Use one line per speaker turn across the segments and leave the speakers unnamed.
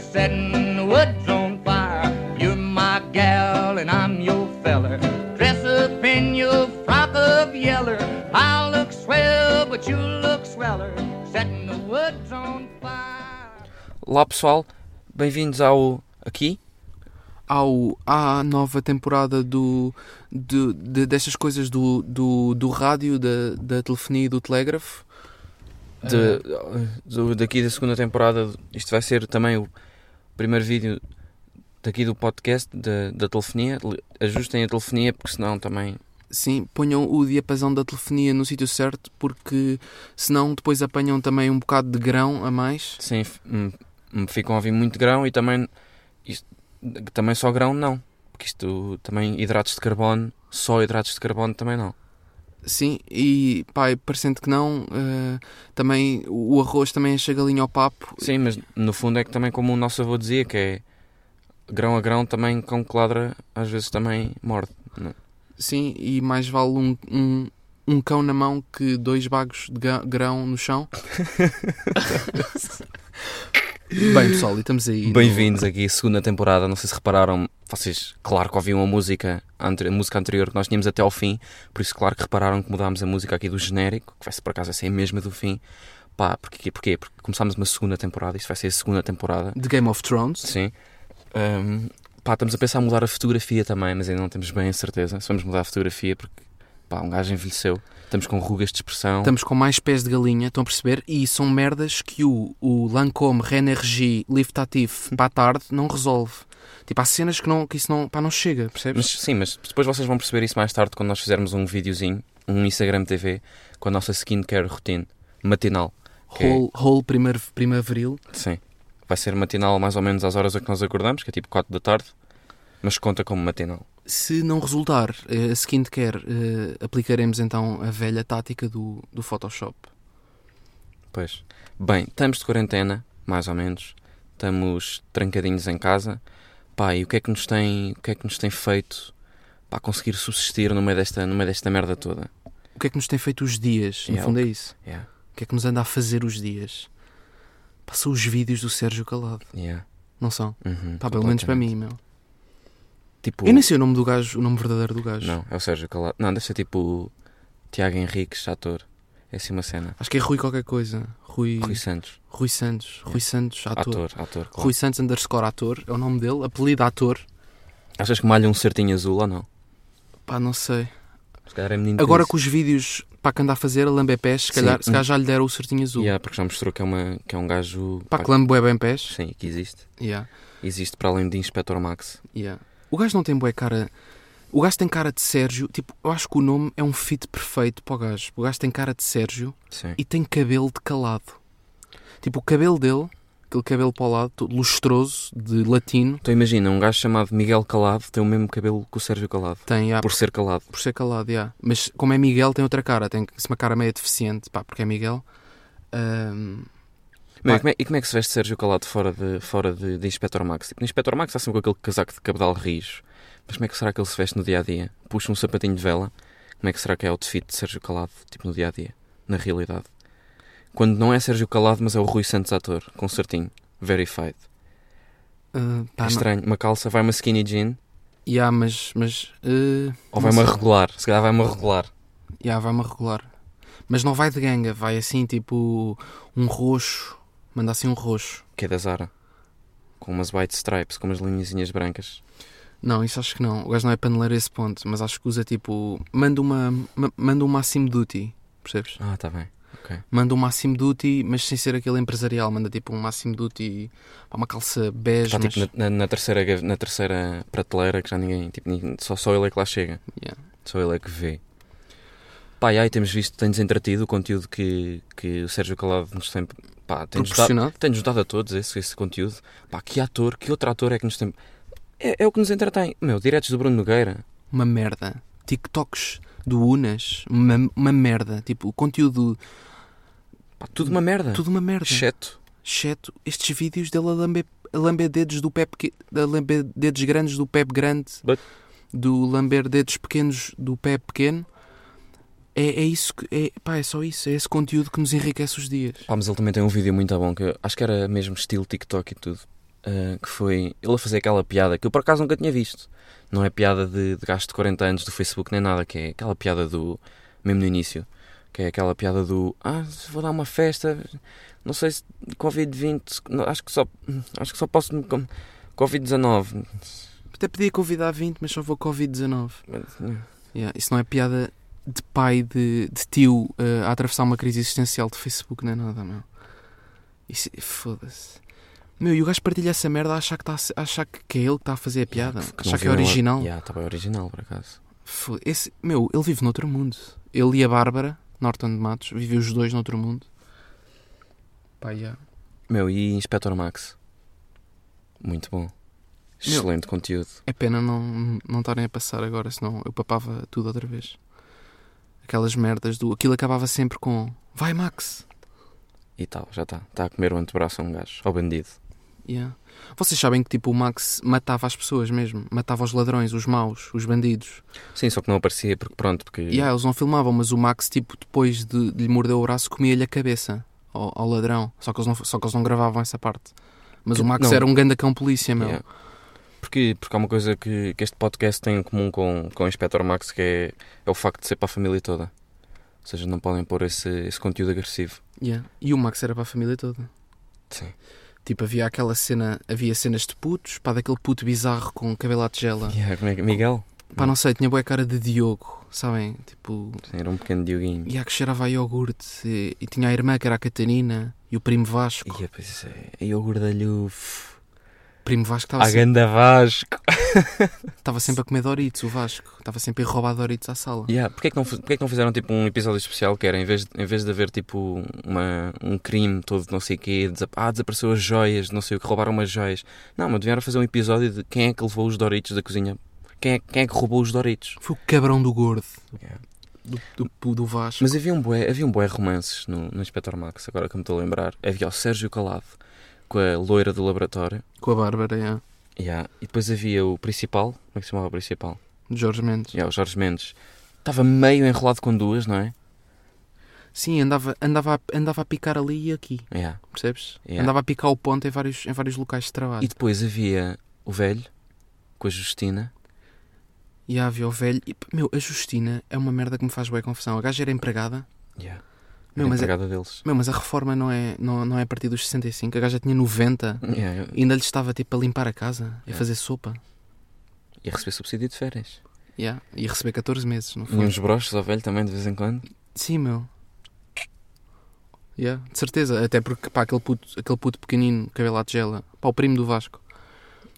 setting the woods on fire. You're my gal and I'm your feller. Dress up in your frock of yeller. I look swell, but you look sweller. Setting the woods on fire.
Olá pessoal, bem-vindos ao aqui.
ao, à nova temporada do, do- de- destas coisas do, do, do rádio, da, da telefonia e do telégrafo.
De, do- daqui da segunda temporada, isto vai ser também o primeiro vídeo daqui do podcast da, da telefonia. Le- Ajustem a telefonia porque senão também.
Sim, ponham o diapasão da telefonia no sítio certo, porque senão depois apanham também um bocado de grão a mais.
Sim, f- hum, hum, ficam a ouvir muito grão e também. Isto, também só grão não. Porque isto também hidratos de carbono, só hidratos de carbono também não.
Sim, e pá, e parecendo que não, eh, também o arroz também enche a galinha ao papo.
Sim, mas no fundo é que também como o nosso avô dizia, que é grão a grão também com que ladra às vezes também morde.
Sim, e mais vale um, um, um cão na mão que dois bagos de ga- grão no chão. Bem, pessoal, e estamos aí. no-
Bem-vindos aqui à segunda temporada. Não sei se repararam, vocês, claro que ouviam a música, ante- a música anterior que nós tínhamos até ao fim, por isso, claro que repararam que mudámos a música aqui do genérico, que vai ser por acaso vai ser a mesma do fim. Pá, porque, porquê? Porque começámos uma segunda temporada, isto vai ser a segunda temporada.
de Game of Thrones.
Sim. Ahm, pá, estamos a pensar em mudar a fotografia também, mas ainda não temos bem a certeza se vamos mudar a fotografia, porque pá, um gajo envelheceu. Estamos com rugas de expressão.
Estamos com mais pés de galinha, estão a perceber? E são merdas que o, o Lancôme Renergie Liftatif para a tarde não resolve. Tipo, há cenas que, não, que isso não, pá, não chega, percebes?
Mas sim, mas depois vocês vão perceber isso mais tarde quando nós fizermos um videozinho, um Instagram TV, com a nossa skincare routine matinal. que é-
Whole, whole primer, primaveril.
sim. Vai ser matinal mais ou menos às horas a que nós acordamos, que é tipo 4 da tarde, mas conta como matinal.
Se não resultar eh, a skincare, eh, aplicaremos então a velha tática do, do Photoshop.
Pois. Bem, estamos de quarentena, mais ou menos. Estamos trancadinhos em casa. Pá, e o que é que nos tem, o que é que nos tem feito para conseguir subsistir no meio desta, no meio desta merda toda?
O que é que nos tem feito os dias? No
Yeah,
fundo é isso.
Yeah.
O que é que nos anda a fazer os dias? Passam os vídeos do Sérgio Calado,
Yeah.
não são?
Uhum,
Pá, pelo menos para
completamente.
mim, meu.
Tipo,
Eu nem sei o nome do gajo, o nome verdadeiro do gajo.
Não, é o Sérgio Calado. Não, deve ser tipo o Tiago Henriques, ator. É assim uma cena.
Acho que é Rui qualquer coisa. Rui,
Rui
Rui,
Santos,
Santos. Rui Santos, ator.
ator, ator, claro.
Rui Santos underscore ator, é o nome dele. Apelido ator.
Achas que malha um certinho azul ou não?
Pá, não sei.
Se calhar é menino
Agora
que
com os vídeos para que anda a fazer, a lamber pés, se
Sim. uhum.
calhar, se calhar já lhe deram o certinho azul.
Yeah, porque já mostrou que é, uma, que é um gajo.
Pá, que lambe bué bem pés.
Sim, que existe.
Yeah,
Existe para além de Inspector Max.
yeah. O gajo não tem bué cara... O gajo tem cara de Sérgio. Tipo, eu acho que o nome é um fit perfeito para o gajo. O gajo tem cara de Sérgio
Sim.
e tem cabelo de calado. Tipo, o cabelo dele, aquele cabelo para o lado, todo lustroso, de latino,
Então imagina, um gajo chamado Miguel Calado tem o mesmo cabelo que o Sérgio Calado.
tem... yeah,
Por ser calado.
por ser calado, já. Mas como é Miguel, tem outra cara, tem uma cara meio deficiente, pá, porque é Miguel. Ahm,
Meu, e, como é, e como é que se veste Sérgio Calado fora de, fora de, de Inspector Max? Tipo, no Inspector Max está sempre com aquele casaco de cabedal rijo. Mas como é que será que ele se veste no dia a dia? Puxa um sapatinho de vela. Como é que será que é o outfit de Sérgio Calado, tipo, no dia a dia? Na realidade. Quando não é Sérgio Calado, mas é o Rui Santos ator, com um certinho. Verified.
ah, pá,
é
não-
estranho. Uma calça, vai uma skinny jean
já, mas. mas ah,
ou
não
vai uma
sei.
regular? Se calhar vai uma regular.
Já, vai-me regular. Mas não vai de ganga, vai assim tipo um roxo. Manda assim um roxo.
Que é da Zara. Com umas white stripes, com umas linhazinhas brancas.
Não, isso acho que não. O gajo não é paneleiro a esse ponto, mas acho que usa tipo. Manda uma. ma- Manda um Massimo Duty, percebes?
Ah, tá bem.
Manda um Massimo Duty, mas sem ser aquele empresarial. Manda tipo um Massimo Duty, pá, uma calça bege.
Está
mas...
tipo na, na- na terceira, gave- na terceira prateleira que já ninguém, tipo, ninguém- só, só ele é que lá chega.
Yeah.
Só ele é que vê. Pá, e aí temos visto, tem-nos entretido o conteúdo que, que o Sérgio Calado nos tem. Pá, tem-nos dado,
Proporcionado.
tem-nos dado a todos esse, esse conteúdo. Pá, que ator, que outro ator é que nos tem. É, é o que nos entretém. Meu, diretos do Bruno Nogueira.
uma merda. TikToks do Unas, uma, uma merda. Tipo, o conteúdo,
Pá, tudo uma merda.
tudo uma merda.
Exceto.
Exceto estes vídeos dele a lamber, a lamber dedos do Pep, que- a lamber dedos grandes do Pep grande,
But-
do lamber dedos pequenos do Pep pequeno. É, é isso que, é, pá, é só isso, é esse conteúdo que nos enriquece os dias.
Ah, Pá, mas ele também tem um vídeo muito bom que eu acho que era mesmo estilo TikTok e tudo. ah, que foi ele a fazer aquela piada que eu por acaso nunca tinha visto. Não é piada de, de gasto de 40 anos do Facebook nem nada, que é aquela piada do. mesmo no início. Que é aquela piada do. Ah, vou dar uma festa, não sei se. Covid-20, não, acho que só. Acho que só posso. me com- Covid-19.
Até podia convidar 20, mas só vou Covid-19.
Mas,
Yeah, isso não é piada de pai, de, de tio, eh, a atravessar uma crise existencial de Facebook, não é nada, meu. Isso, foda-se. Meu, e o gajo partilha essa merda a achar que, tá a se- a achar que que é ele que está a fazer a piada.
não
achar que é
viu ela-
original.
Yeah, tá bem original, por acaso.
Fo- Esse, meu, ele vive noutro mundo. Ele e a Bárbara, Norton de Matos, vivem os dois noutro mundo. Pá, yeah.
Meu, e Inspector Max? Muito bom. Excelente conteúdo.
É pena não, não estarem a passar agora, senão eu papava tudo outra vez. Aquelas merdas do. Aquilo acabava sempre com. Vai, Max!
E tal, já está. Está a comer o antebraço a um gajo, ao bandido.
Yeah. Vocês sabem que tipo o Max matava as pessoas mesmo, matava os ladrões, os maus, os bandidos.
Sim, só que não aparecia porque pronto, porque
Yeah, ah, eles não filmavam, mas o Max tipo depois de, de lhe morder o braço comia-lhe a cabeça ao, ao ladrão. Só que eles não, só que eles não gravavam essa parte. Mas
Que-
o Max
não.
era um gandacão polícia, meu.
Yeah. Porque, porque há uma coisa que, que este podcast tem em comum com, com o Inspector Max que é, é o facto de ser para a família toda. Ou seja, não podem pôr esse, esse conteúdo agressivo.
Yeah. E o Max era para a família toda.
Sim.
Tipo, havia aquela cena, havia cenas de putos, pá, daquele puto bizarro com cabelo à tigela.
Yeah, como é que- Miguel?
Pá, não sei, tinha boa cara de Diogo, sabem? Tipo,
Sim, era um pequeno Dioguinho.
E há que cheirava a iogurte. E, e tinha a irmã que era a Catarina e o primo Vasco.
E eu pensei, e o gordalhufo.
O primo Vasco estava
A
sempre,
ganda Vasco.
estava sempre a comer Doritos, o Vasco. Estava sempre a ir roubar Doritos à sala.
Yeah, porque, é que não, fi- porque é que não fizeram tipo um episódio especial que era em vez de, em vez de haver tipo uma, um crime todo de não sei o quê, desa- ah, desapareceu as joias, não sei o que, roubaram umas joias. Não, mas deviam fazer um episódio de quem é que levou os Doritos da cozinha. Quem é, quem é que roubou os Doritos?
Foi o cabrão do gordo.
Yeah.
Do, do, do, Vasco.
É. Mas havia um bué, havia um bué romances no, no Inspector Max, agora que me estou a lembrar. Havia o Sérgio Calado com a loira do laboratório.
Com a Bárbara, é, yeah.
Yeah. E depois havia o principal, como é que se chamava o principal?
de Jorge Mendes.
Yeah, o Jorge Mendes. Estava meio enrolado com duas, não é?
Sim, andava, andava, a- andava a picar ali e aqui.
Yeah.
Percebes?
Yeah.
Andava a picar o ponto em vários, em vários locais de trabalho.
E depois havia o velho com a Justina.
E há, havia o velho. E, meu, a Justina é uma merda que me faz boa confusão. A gaja era empregada.
Yeah.
Meu,
a
mas é-
empregada deles.
Meu, mas a reforma não é, não, não é a partir dos 65. A gaja tinha 90.
Yeah.
E ainda lhe estava tipo a limpar a casa e
É.
a fazer sopa.
Ia receber subsídio de férias.
Yeah. E a receber 14 meses, não
E
foi?
uns broches ao velho também de vez em quando.
Sim, meu. Yeah, de certeza. Até porque pá, aquele puto, aquele puto pequenino, cabelo à tigela, pá, o primo do Vasco.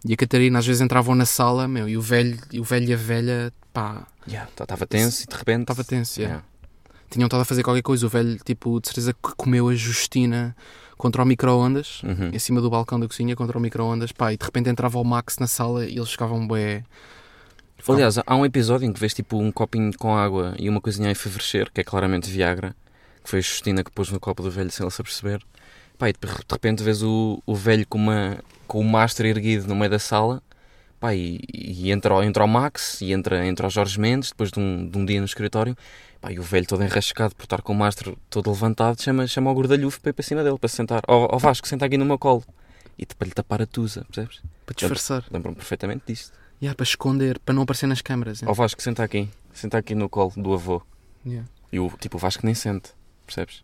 E a Catarina às vezes entravam na sala, meu, e o velho e, o velho e a velha, pá,
Estava Tá, tenso e de repente.
estava tenso. yeah.
Yeah.
Tinham estado a fazer qualquer coisa. O velho, tipo, de certeza que comeu a Justina contra o micro-ondas.
Uhum.
em cima do balcão da cozinha contra o micro-ondas, pá, e de repente entrava o Max na sala e eles ficavam bué. ficavam-
Aliás, há um episódio em que vês tipo um copinho com água e uma coisinha a enfervecer, que é claramente Viagra, que foi a Justina que pôs no copo do velho sem ele se aperceber. Pá, e de de repente vês o, o velho com, uma, com o mastro erguido no meio da sala. Pá, e, e entra, o- entra o Max e entra, entra o Jorge Mendes depois de um, de um dia no escritório. Pá, e o velho todo enrascado por estar com o mastro todo levantado chama, chama o gordalhufo para ir para cima dele, para se sentar. Ó ó Vasco, senta aqui no meu colo. E tipo, para lhe tapar a tusa, percebes?
para disfarçar,
Lembro-me perfeitamente disto.
yeah, para esconder, para não aparecer nas câmaras.
Ó Vasco, senta aqui. Senta aqui no colo do avô.
Yeah,
E o tipo, o Vasco nem sente, percebes?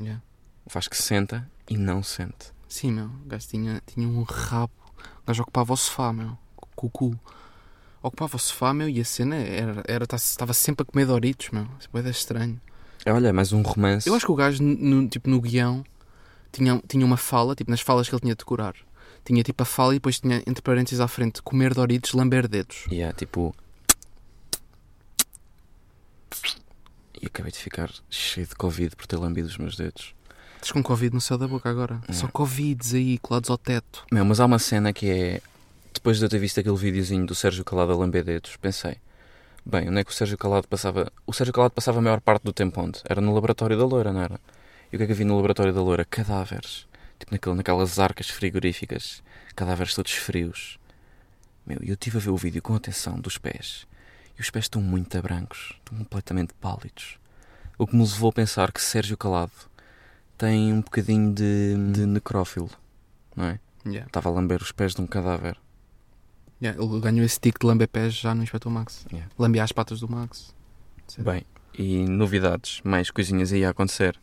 yeah.
O Vasco senta e não sente.
Sim, meu, o gajo tinha, tinha um rabo, o gajo ocupava o sofá, meu, com o cu. Ocupava o sofá, meu, e a cena era, era tá- estava sempre a comer Doritos, meu, isso bué da estranho.
É, Olha, mais um romance.
Eu acho que o gajo, no, no- tipo, no guião, tinha, tinha uma fala, tipo, nas falas que ele tinha de curar. Tinha tipo a fala e depois tinha entre parênteses à frente comer Doritos, lamber dedos.
E é tipo. E acabei de ficar cheio de Covid por ter lambido os meus dedos.
Estás com Covid no céu da boca agora. Só Covids aí, colados ao teto.
Meu, mas há uma cena que é. Depois de eu ter visto aquele videozinho do Sérgio Calado a lamber dedos, pensei. Bem, onde é que o Sérgio Calado passava. O Sérgio Calado passava a maior parte do tempo onde? Era no laboratório da loira, não era? E o que é que havia no laboratório da loira? Cadáveres. Tipo naquele, naquelas arcas frigoríficas. Cadáveres todos frios. Meu, e eu estive a ver o vídeo com atenção dos pés. E os pés estão muito brancos. Estão completamente pálidos. O que me levou a pensar que Sérgio Calado tem um bocadinho de, de necrófilo, não é?
Yeah.
Estava a lamber os pés de um cadáver.
Yeah, ele ganhou esse tique de lamber pés já no Inspector Max.
Yeah.
Lambear as patas do Max. Certo.
Bem, e novidades, mais coisinhas aí a acontecer.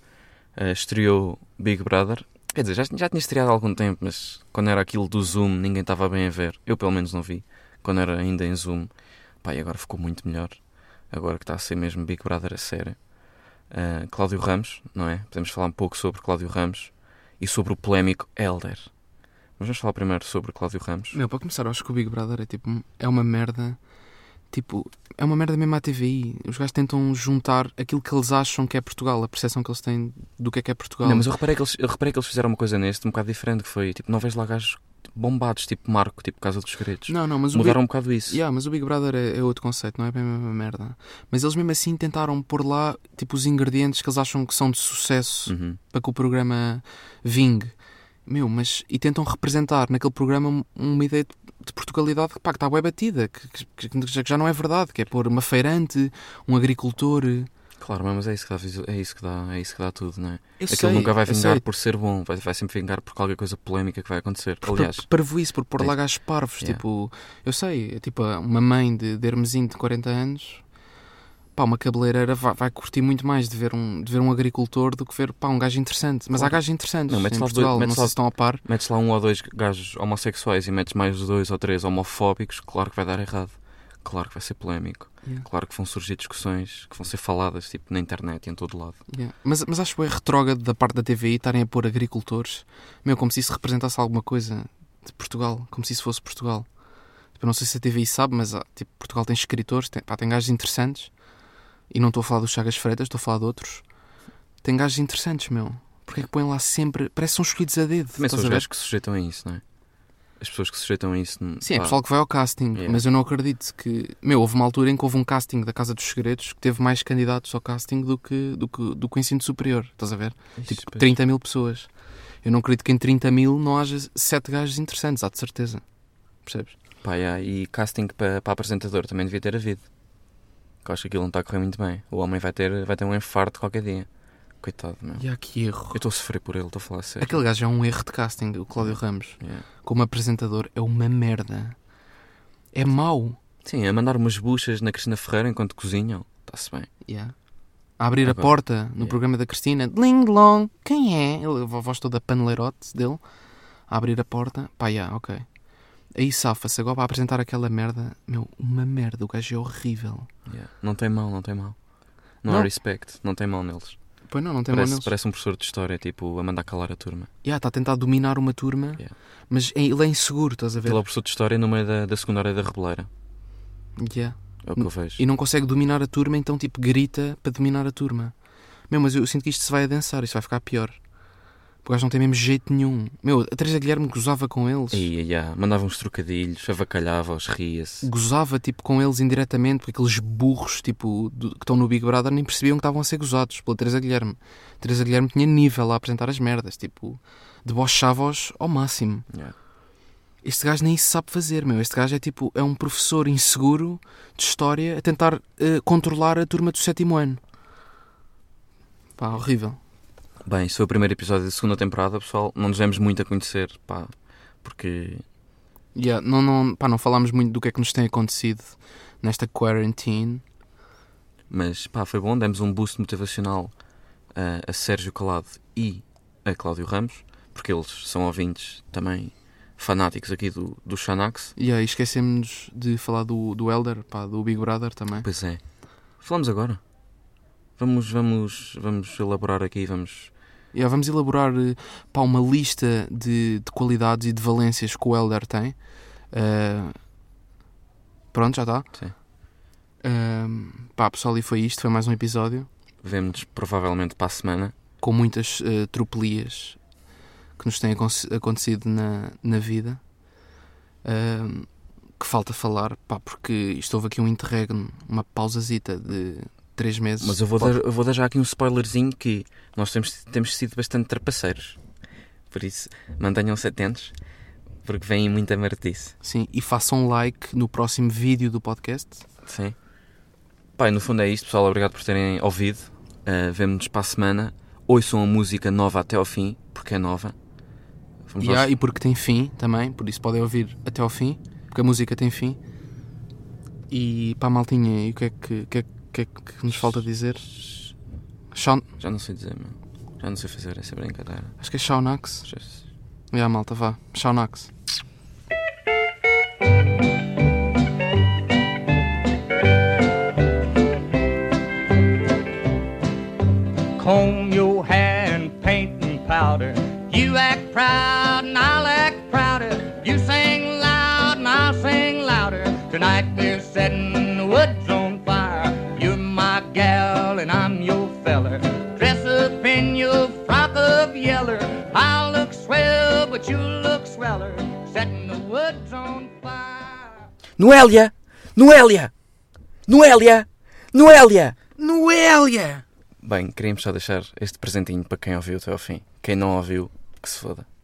Eh, estreou Big Brother. Quer dizer, já, já tinha estreado há algum tempo, mas quando era aquilo do Zoom, ninguém estava bem a ver. Eu, pelo menos, não vi. Quando era ainda em Zoom. Pá, e agora ficou muito melhor. Agora que está a ser mesmo Big Brother a sério. Eh, Cláudio Ramos, não é? Podemos falar um pouco sobre Cláudio Ramos e sobre o polémico Elder. Mas vamos falar primeiro sobre Cláudio Ramos.
Meu, para começar, eu acho que o Big Brother é tipo. É uma merda. Tipo, é uma merda mesmo à TVI. Os gajos tentam juntar aquilo que eles acham que é Portugal, a percepção que eles têm do que é que é Portugal.
Não, mas eu reparei, que eles, eu reparei que eles fizeram uma coisa neste um bocado diferente, que foi, tipo, não vês lá gajos bombados, tipo Marco, tipo Casa dos Credos.
não, não, mas o Big-
Mudaram um bocado isso.
Yeah, mas o Big Brother é, é outro conceito, não é bem a mesma merda. Mas eles mesmo assim tentaram pôr lá tipo os ingredientes que eles acham que são de sucesso
Uhum.
para que o programa vingue. Meu, mas e tentam representar naquele programa um- uma ideia de, de Portugalidade que, pá, que está bem batida, que, que- que já- que já não é verdade, que é pôr uma feirante, um agricultor.
Claro, mas é isso que dá, visu- é isso que dá, é isso que dá tudo, não é?
Eu
Aquilo
sei,
nunca vai
eu
vingar
sei.
por ser bom, vai, vai sempre vingar por qualquer coisa polémica que vai acontecer.
Por,
Aliás,
por parvoíce, por pôr lá gajos parvos.
Yeah.
Tipo, eu sei, é tipo uma mãe de, de Hermesinho de 40 anos, pá, uma cabeleireira vai, vai curtir muito mais de ver, um, de ver um agricultor do que ver pá, um gajo interessante. Mas
Claro.
há gajos interessantes
Não,
em
metes lá os dois-
Portugal, não
metes
sei
lá-
se estão a par.
metes lá um ou dois gajos homossexuais e metes mais dois ou três homofóbicos, claro que vai dar errado. Claro que vai ser polémico.
Yeah.
Claro que vão surgir discussões que vão ser faladas, tipo, na internet e em todo lado.
Yeah. Mas, mas acho bem retrógrado da parte da TVI estarem a pôr agricultores, meu, como se isso representasse alguma coisa de Portugal, como se isso fosse Portugal. Tipo, eu não sei se a TVI sabe, mas ah, tipo, Portugal tem escritores, tem, pá, tem gajos interessantes, e não estou a falar dos Chagas Freitas, estou a falar de outros. Tem gajos interessantes, meu. Porque é que põem lá sempre? Parece que são escolhidos a dedo.
Também são
estás
os
a ver?
gajos que se sujeitam a isso, não é? As pessoas que se sujeitam a isso.
Sim, é
pá,
pessoal que vai ao casting,
Yeah.
mas eu não acredito que. Meu, houve uma altura em que houve um casting da Casa dos Segredos que teve mais candidatos ao casting do que, do que, do que o ensino superior, estás a ver?
isso,
Tipo,
pois.
30 mil pessoas. Eu não acredito que em 30 mil não haja 7 gajos interessantes, há de certeza. Percebes?
Pá, yeah, e casting para, para apresentador também devia ter havido. Que eu acho que aquilo não está a correr muito bem. O homem vai ter, vai ter um infarto qualquer dia. Coitado, meu.
E há que erro.
Eu estou a sofrer por ele, estou a falar a sério.
Aquele gajo é um erro de casting, o Cláudio Ramos.
Yeah.
Como apresentador, é uma merda. É mau.
Sim, a mandar umas buchas na Cristina Ferreira enquanto cozinham. Está-se bem.
Yeah. A abrir
Agora,
a porta no
yeah.
programa da Cristina, Ling Long, quem é? Ele, a voz toda paneleirote dele. A abrir a porta, pá, yeah, ok. Aí safa-se agora para apresentar aquela merda. Meu, uma merda, o gajo é horrível.
Yeah. Não tem mal, não tem mal. Não, há
Não.
respect, não tem mal neles.
Pois não, não tem mal
Parece,
neles.
parece um professor de história, tipo, a mandar calar a turma.
Yeah, está a tentar dominar uma turma,
Yeah.
mas é- ele é inseguro, estás a ver?
Ele é o professor de história no meio da, da secundária da Rebeleira.
Yeah.
É o que eu vejo.
E não consegue dominar a turma, então tipo grita para dominar a turma. Meu, mas eu sinto que isto se vai adensar, isto vai ficar pior. Porque o gajo não tem mesmo jeito nenhum. Meu, a Teresa Guilherme gozava com eles.
E, yeah, mandava uns trocadilhos, avacalhava-os, ria-se.
Gozava tipo com eles indiretamente, porque aqueles burros tipo, do- que estão no Big Brother nem percebiam que estavam a ser gozados pela Teresa Guilherme. A Teresa Guilherme tinha nível a apresentar as merdas, tipo, debochava-os ao máximo.
Yeah.
Este gajo nem isso sabe fazer, meu. Este gajo é tipo, é um professor inseguro de história a tentar eh, controlar a turma do sétimo ano. Pá, horrível.
Bem, este foi o primeiro episódio da segunda temporada, pessoal. Não nos demos muito a conhecer, pá, porque
Yeah, não, não, pá, não falámos muito do que é que nos tem acontecido nesta quarantine.
Mas pá, foi bom, demos um boost motivacional ah, a Sérgio Calado e a Cláudio Ramos, porque eles são ouvintes também fanáticos aqui do, do Xanax.
Yeah, e esquecemos de falar do, do Elder, pá, do Big Brother também.
Pois é. Falamos agora. Vamos, vamos, vamos elaborar aqui, vamos.
Yeah, vamos elaborar eh, pá, uma lista de, de qualidades e de valências que o Elder tem. Eh, pronto, já está.
Sim.
pá, pessoal, e foi isto. Foi mais um episódio.
Vemo-nos provavelmente para a semana.
com muitas eh, tropelias que nos têm aconse- acontecido na, na vida. Ahm, que falta falar, pá, porque isto houve aqui um interregno, uma pausazita de três meses.
Mas eu vou,
Pode-
dar, eu vou dar já aqui um spoilerzinho que nós temos, temos sido bastante trapaceiros. Por isso, mantenham-se atentos, porque vem muita martice.
Sim, e façam um like no próximo vídeo do podcast.
Sim. Pai, no fundo é isto, pessoal. Obrigado por terem ouvido. Eh, Uh, Vemo-nos para a semana. Ouçam a música nova até ao fim, porque é nova. Vamos
E, há-
aos-
e porque tem fim também, por isso podem ouvir até ao fim, porque a música tem fim. E pá, maltinha, e o que é que, que, é- que, é que nos falta dizer? Shaun,
Já não sei dizer, mano. Já não sei fazer essa brincadeira.
acho que é Shaunax.
Just-
É a malta, vá. Shaunax.
comb your hair and paint and powder. You act proud and I'll act prouder. You sing loud and I'll sing louder. Tonight we're setting the woods on fire. You're my gal and I'm your feller. Dress up in your frock of yeller. I'll look swell, but you look sweller. Setting the woods on fire.
Noélia! Noélia! Noélia! Noélia!
Noelia!
Bem, queríamos só deixar este presentinho para quem ouviu até ao fim. Quem não ouviu, que se foda.